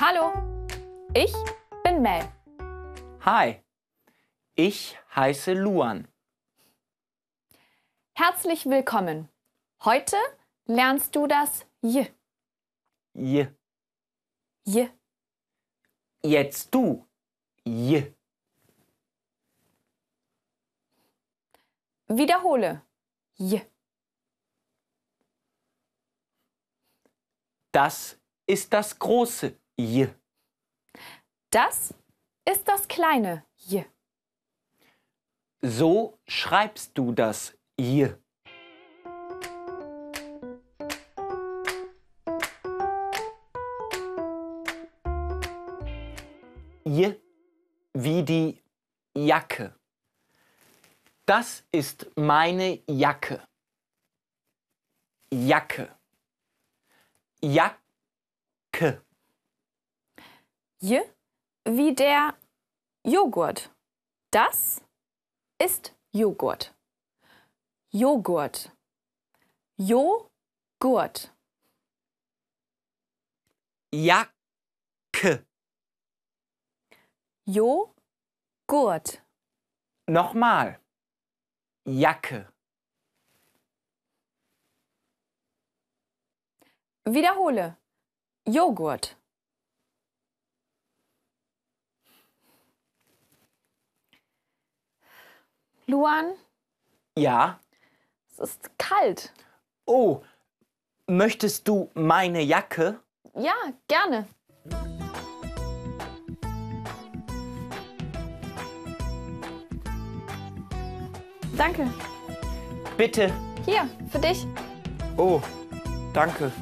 Hallo, ich bin Mel. Hi, ich heiße Luan. Herzlich willkommen. Heute lernst du das J. Je. J. Jetzt du. Je. Wiederhole. J. Das ist das große Je. Das ist das kleine J. So schreibst du das Je. Je wie die Jacke. Das ist meine Jacke. Jacke. Jacke. J wie der Joghurt. Das ist Joghurt. Joghurt. Joghurt. Jacke. Joghurt. Nochmal. Jacke. Wiederhole. Joghurt. Luan, Ja. es ist kalt. Oh, möchtest du meine Jacke? Ja, gerne. Danke. Bitte. Hier, für dich. Oh, danke.